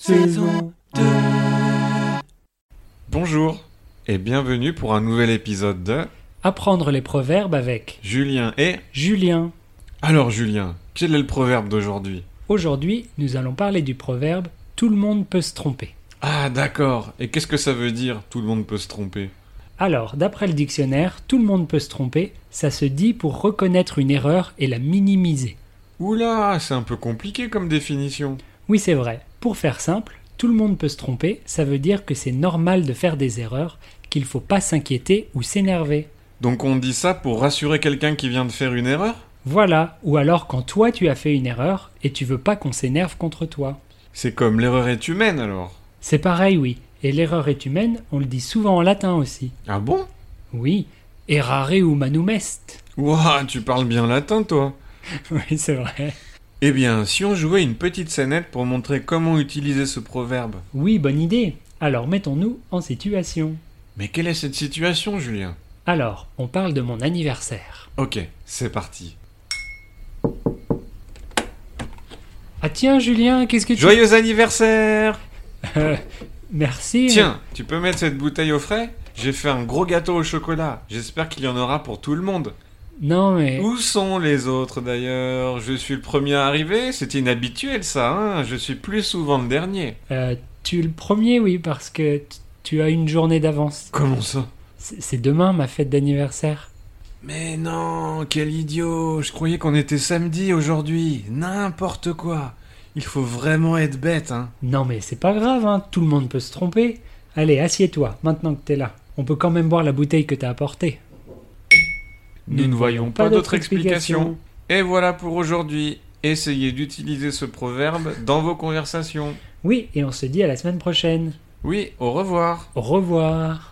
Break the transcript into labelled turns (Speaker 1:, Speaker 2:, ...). Speaker 1: saison 2. Bonjour et bienvenue pour un nouvel épisode de
Speaker 2: Apprendre les proverbes avec
Speaker 1: Julien et...
Speaker 2: Julien.
Speaker 1: Alors Julien, quel est le proverbe d'aujourd'hui
Speaker 2: Aujourd'hui, nous allons parler du proverbe Tout le monde peut se tromper.
Speaker 1: Ah d'accord, et qu'est-ce que ça veut dire tout le monde peut se tromper
Speaker 2: Alors, d'après le dictionnaire, tout le monde peut se tromper, ça se dit pour reconnaître une erreur et la minimiser.
Speaker 1: Oula, c'est un peu compliqué comme définition.
Speaker 2: Oui, c'est vrai. Pour faire simple, tout le monde peut se tromper, ça veut dire que c'est normal de faire des erreurs, qu'il faut pas s'inquiéter ou s'énerver.
Speaker 1: Donc on dit ça pour rassurer quelqu'un qui vient de faire une erreur
Speaker 2: Voilà, ou alors quand toi tu as fait une erreur et tu veux pas qu'on s'énerve contre toi.
Speaker 1: C'est comme l'erreur est humaine alors.
Speaker 2: C'est pareil, oui. Et l'erreur est humaine, on le dit souvent en latin aussi.
Speaker 1: Ah bon
Speaker 2: Oui, errare humanum est.
Speaker 1: Ouah, tu parles bien latin toi
Speaker 2: Oui, c'est vrai.
Speaker 1: Eh bien, si on jouait une petite scénette pour montrer comment utiliser ce proverbe.
Speaker 2: Oui, bonne idée. Alors mettons-nous en situation.
Speaker 1: Mais quelle est cette situation, Julien
Speaker 2: Alors, on parle de mon anniversaire.
Speaker 1: Ok, c'est parti.
Speaker 2: Ah tiens, Julien, qu'est-ce que tu...
Speaker 1: Joyeux anniversaire
Speaker 2: Euh, Merci.
Speaker 1: Tiens, tu peux mettre cette bouteille au frais J'ai fait un gros gâteau au chocolat. J'espère qu'il y en aura pour tout le monde.
Speaker 2: Non, mais...
Speaker 1: Où sont les autres d'ailleurs Je suis le premier arrivé, c'est inhabituel ça, hein Je suis plus souvent le dernier.
Speaker 2: Euh, tu es le premier, oui, parce que t- tu as une journée d'avance.
Speaker 1: Comment ça
Speaker 2: C'est c'est demain ma fête d'anniversaire.
Speaker 1: Mais non, quel idiot Je croyais qu'on était samedi aujourd'hui. N'importe quoi. Il faut vraiment être bête, hein
Speaker 2: Non, mais c'est pas grave, hein, tout le monde peut se tromper. Allez, assieds-toi, maintenant que t'es là. On peut quand même boire la bouteille que t'as apportée.
Speaker 1: Nous ne voyons pas d'autre
Speaker 2: d'autres
Speaker 1: explication. Et voilà pour aujourd'hui. Essayez d'utiliser ce proverbe dans vos conversations.
Speaker 2: Oui, et on se dit à la semaine prochaine.
Speaker 1: Oui, au revoir.
Speaker 2: Au revoir.